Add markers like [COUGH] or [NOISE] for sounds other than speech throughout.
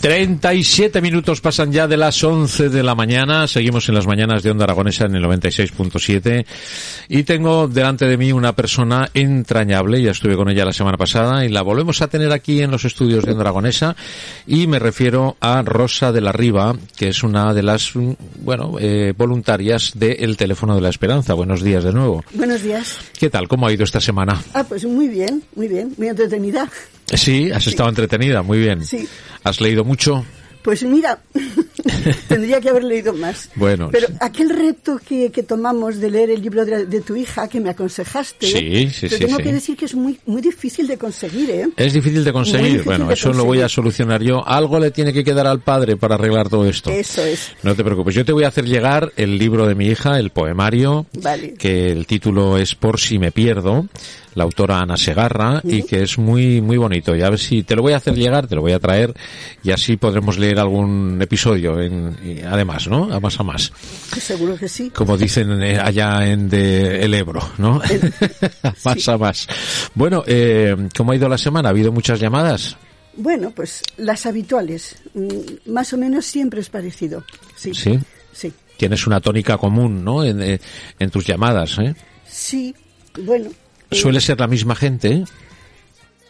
Treinta y siete minutos pasan ya de las 11 de la mañana. Seguimos en las mañanas de Onda Aragonesa en el 96.7. Y tengo delante de mí una persona entrañable. Ya estuve con ella la semana pasada y la volvemos a tener aquí en los estudios de Onda Aragonesa. Y me refiero a Rosa de la Riva, que es una de las, mm, bueno, eh, voluntarias del Teléfono de la Esperanza. Buenos días de nuevo. Buenos días. ¿Qué tal? ¿Cómo ha ido esta semana? Ah, pues muy bien, muy bien, muy entretenida. Sí, has estado entretenida, muy bien. Sí. ¿Has leído mucho? Pues mira, [LAUGHS] tendría que haber leído más. Bueno, Pero sí. aquel reto que, que tomamos de leer el libro de, de tu hija que me aconsejaste, Sí, sí, te sí, tengo sí. que decir que es muy, muy difícil de conseguir, ¿eh? Es difícil de conseguir. Muy difícil bueno, de eso lo voy a solucionar yo. Algo le tiene que quedar al padre para arreglar todo esto. Eso es. No te preocupes, yo te voy a hacer llegar el libro de mi hija, el poemario, Vale. que el título es Por si me pierdo, la autora Ana Segarra, y que es muy, muy bonito. Y a ver si te lo voy a hacer llegar, te lo voy a traer, y así podremos leer algún episodio, en, y además, ¿no? A más a más. Seguro que sí. Como dicen eh, allá en de el Ebro, ¿no? [LAUGHS] A más a más. Bueno, eh, ¿cómo ha ido la semana? ¿Ha habido muchas llamadas? Bueno, pues las habituales. Mm, Más o menos siempre es parecido. Sí. Sí. Sí. Tienes una tónica común, ¿no? En, eh, en tus llamadas, ¿eh? Sí, bueno. eh, Suele ser la misma gente, ¿eh?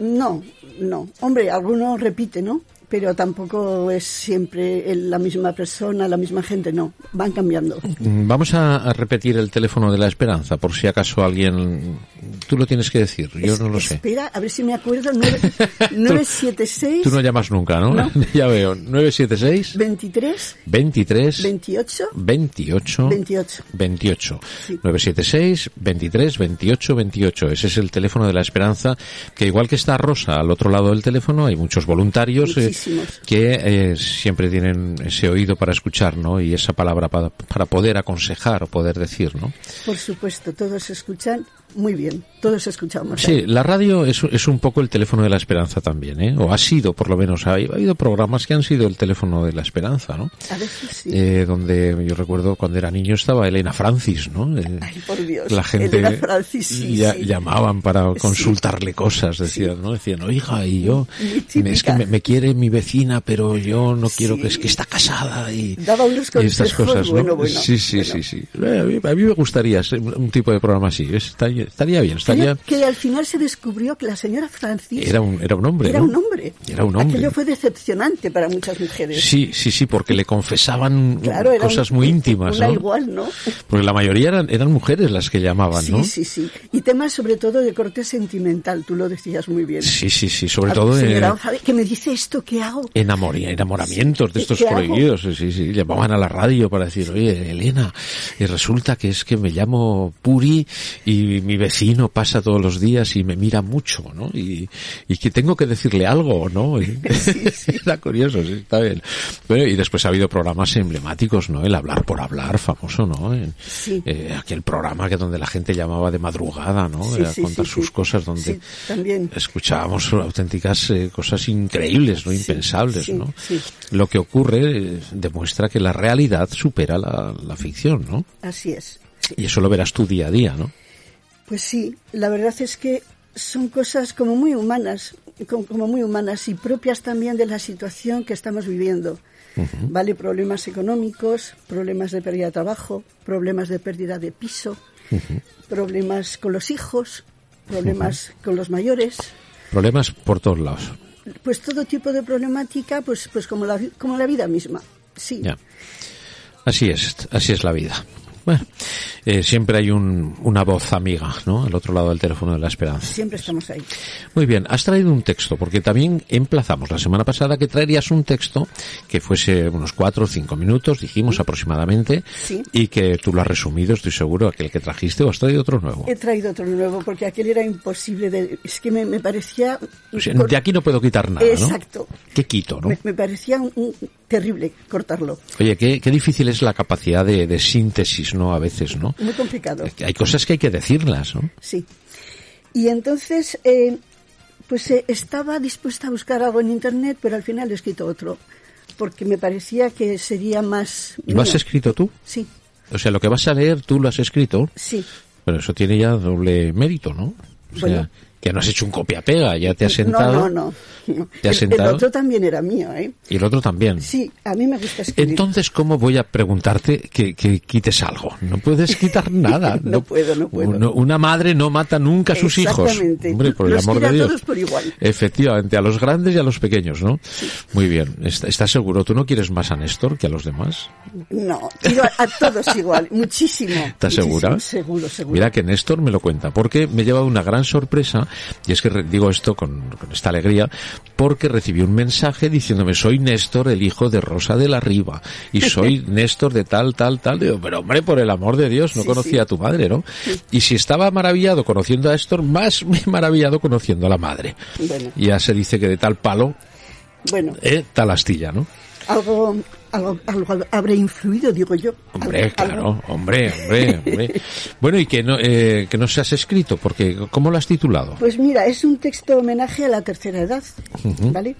No, no. Hombre, algunos repite, ¿no? Pero tampoco es siempre el- la misma persona, la misma gente, no. Van cambiando. Mm, Vamos a, a repetir el teléfono de la esperanza, por si acaso alguien... Tú lo tienes que decir, yo Es- no lo sé. Espera, a ver si me acuerdo. [LAUGHS] nueve- 976 Tú no llamas nunca, ¿no? No. [LAUGHS] ya veo. 976 23 23 28 28 28. 28. Sí. 976 23 28 28. Ese es el teléfono de la esperanza, que igual que está Rosa al otro lado del teléfono, hay muchos voluntarios eh, Muchísimos. que eh, siempre tienen ese oído para escuchar, ¿no? Y esa palabra para, para poder aconsejar o poder decir, ¿no? Por supuesto, todos escuchan muy bien. Todos escuchamos. Sí, la radio es, es un poco el teléfono de la esperanza también, ¿eh? O ha sido, por lo menos, ha, ha habido programas que han sido el teléfono de la esperanza, ¿no? A veces sí. Eh, donde yo recuerdo cuando era niño estaba Elena Francis, ¿no? Eh, Ay, por Dios. la gente Elena Francis, sí, ya- sí. llamaban para Sí. consultarle cosas, decían, ¿no? Decían, oiga, y yo, Muy es que típica. me, me quiere mi vecina, pero yo no quiero Sí. que es que está casada y, Daba unos y estas consejos, cosas, ¿no? bueno, bueno, sí, sí, bueno. sí, sí. Eh, A mí, a mí me gustaría ser un un tipo de programa así, estaría, estaría bien, estaría... Que, que al final se descubrió que la señora Francis Era un, era un hombre. era ¿no? un hombre. Era un hombre. Aquello fue decepcionante para muchas mujeres. Sí, sí, sí, porque le confesaban Claro, era cosas un- muy íntimas, una ¿no? igual, ¿no? Porque la mayoría eran, eran mujeres las que llamaban, Sí, ¿no? sí, sí. Y temas sobre todo de corte sentimental, tú lo decías muy bien. sí, sí, sí, sobre A- todo de Señora, Ojade, que me dice esto, ¿qué hago? enamori- enamoramientos de ¿Qué- estos qué hago? prohibidos. Sí, sí, llamaban a la radio para decir, oye, Elena, y resulta que es que me llamo Puri y mi vecino pasa todos los días y me mira mucho, ¿no? Y, y que tengo que decirle algo, ¿no? Y- [LAUGHS] Era curioso, sí, está bien. Bueno, y después ha habido programas emblemáticos, ¿no? El hablar por hablar, famoso, ¿no? En- Sí. eh, aquel programa que donde la gente llamaba de madrugada, ¿no? Sí, a sí, contar sí, sus sí. cosas, donde Sí, también. escuchábamos auténticas eh, cosas increíbles, no impensables, sí, ¿no? sí. Lo que ocurre eh, demuestra que la realidad supera la, la ficción, ¿no? Así es. sí. Y eso lo verás tú día a día, ¿no? Pues sí, la verdad es que son cosas como muy humanas, com- como muy humanas y propias también de la situación que estamos viviendo. Vale, problemas económicos, problemas de pérdida de trabajo, problemas de pérdida de piso, problemas con los hijos, problemas con los mayores, Problemas por todos lados. pues todo tipo de problemática, pues pues como la vi- como la vida misma. Sí. Ya. Así es, así es la vida. Bueno, eh, siempre hay un, una voz amiga, ¿no? Al otro lado del teléfono de la esperanza. Siempre estamos ahí. Muy bien, has traído un texto, porque también emplazamos la semana pasada que traerías un texto que fuese unos cuatro o cinco minutos, dijimos aproximadamente, Sí. y que tú lo has resumido, estoy seguro, aquel que trajiste o has traído otro nuevo. He traído otro nuevo porque aquel era imposible. de- es que me, me parecía. O sea, de aquí no puedo quitar nada, ¿no? Exacto. ¿Qué quito, no? Me, me parecía un- un- terrible cortarlo. Oye, qué, qué difícil es la capacidad de, de síntesis, ¿no? A veces, ¿no? Muy complicado. Es que Hay cosas que hay que decirlas, ¿no? Sí. Y entonces, eh, pues eh, estaba dispuesta a buscar algo en internet, pero al final he escrito otro. porque me parecía que sería más... ¿Lo has mío. escrito tú? Sí, O sea, lo que vas a leer tú lo has escrito, sí. pero eso tiene ya doble mérito, ¿no? O sea, Bueno. que no has hecho un copia-pega, ya te has sentado. No, no, no. ¿Te has El- sentado? El otro también era mío, ¿eh? Y el otro también. Sí, a mí me gusta escribir. Entonces, ¿cómo voy a preguntarte que, que quites algo? No puedes quitar nada. [LAUGHS] No puedo, no puedo. Uno- una madre no mata nunca a sus hijos. Exactamente. Hombre, por el Los amor quiere de a Dios. todos por igual. Efectivamente, a los grandes y a los pequeños, ¿no? Muy bien. Est- ¿Estás seguro? ¿Tú no quieres más a Néstor que a los demás? No, quiero a, a todos igual, muchísimo. ¿Estás muchísimo, segura? Seguro, seguro. Mira que Néstor me lo cuenta, porque me lleva una gran sorpresa, y es que re- digo esto con, con esta alegría, porque recibí un mensaje diciéndome, soy Néstor, el hijo de Rosa de la Riva, y [LAUGHS] soy Néstor de tal, tal, tal. Digo, pero hombre, por el amor de Dios, no Sí, conocía sí. a tu madre, ¿no? Y si estaba maravillado conociendo a Néstor, más [LAUGHS] me he maravillado conociendo a la madre. Bueno. Ya se dice que de tal palo, Bueno, eh, tal astilla, ¿no? algo, algo, algo habré influido, digo yo. Hombre, Algo- claro, algo. hombre, hombre, hombre. Bueno, y que no, eh, que no se has escrito, porque ¿cómo lo has titulado? Pues mira, es un texto homenaje a la tercera edad, ¿vale?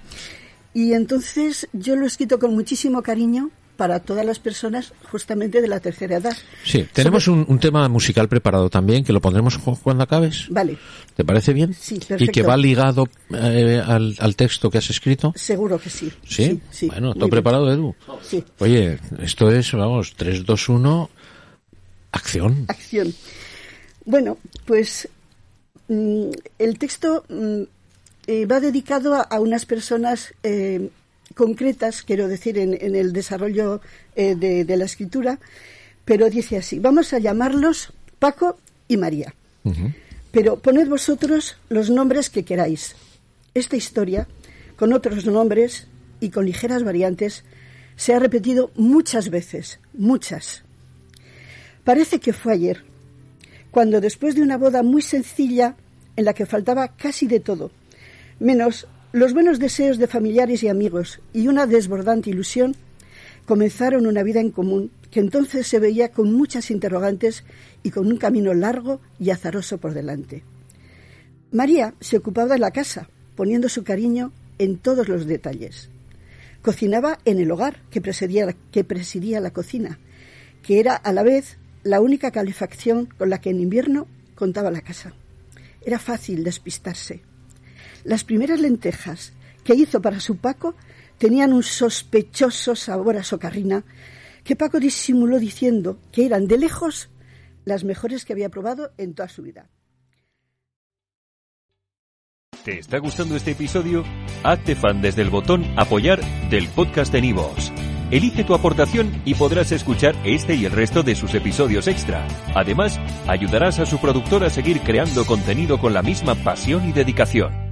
Y entonces yo lo he escrito con muchísimo cariño para todas las personas justamente de la tercera edad. Sí, tenemos un, un tema musical preparado también que lo pondremos cu- cuando acabes. Vale, ¿Te parece bien? Sí, Y que perfecto. va ligado eh, al, al texto que has escrito. seguro que sí. Sí, sí, bueno, muy ¿todo bien. preparado, Edu? Sí. Oye, esto es, vamos, 3, 2, 1, acción. acción. Bueno, pues mm, el texto mm, eh, va dedicado a, a unas personas eh, concretas, quiero decir, en, en el desarrollo eh, de, de la escritura, pero dice así, vamos a llamarlos Paco y María, Ujú. pero poned vosotros los nombres que queráis. Esta historia, con otros nombres y con ligeras variantes, se ha repetido muchas veces, muchas. Parece que fue ayer, cuando después de una boda muy sencilla, en la que faltaba casi de todo, menos los buenos deseos de familiares y amigos y una desbordante ilusión, comenzaron una vida en común que entonces se veía con muchas interrogantes y con un camino largo y azaroso por delante. María se ocupaba de la casa, poniendo su cariño en todos los detalles. Cocinaba en el hogar que presidía, que presidía la cocina, que era a la vez la única calefacción con la que en invierno contaba la casa. Era fácil despistarse. Las primeras lentejas que hizo para su Paco tenían un sospechoso sabor a socarrina que Paco disimuló diciendo que eran de lejos las mejores que había probado en toda su vida. ¿Te está gustando este episodio? Hazte fan desde el botón Apoyar del podcast de Nivos. Elige tu aportación y podrás escuchar este y el resto de sus episodios extra. Además, ayudarás a su productor a seguir creando contenido con la misma pasión y dedicación.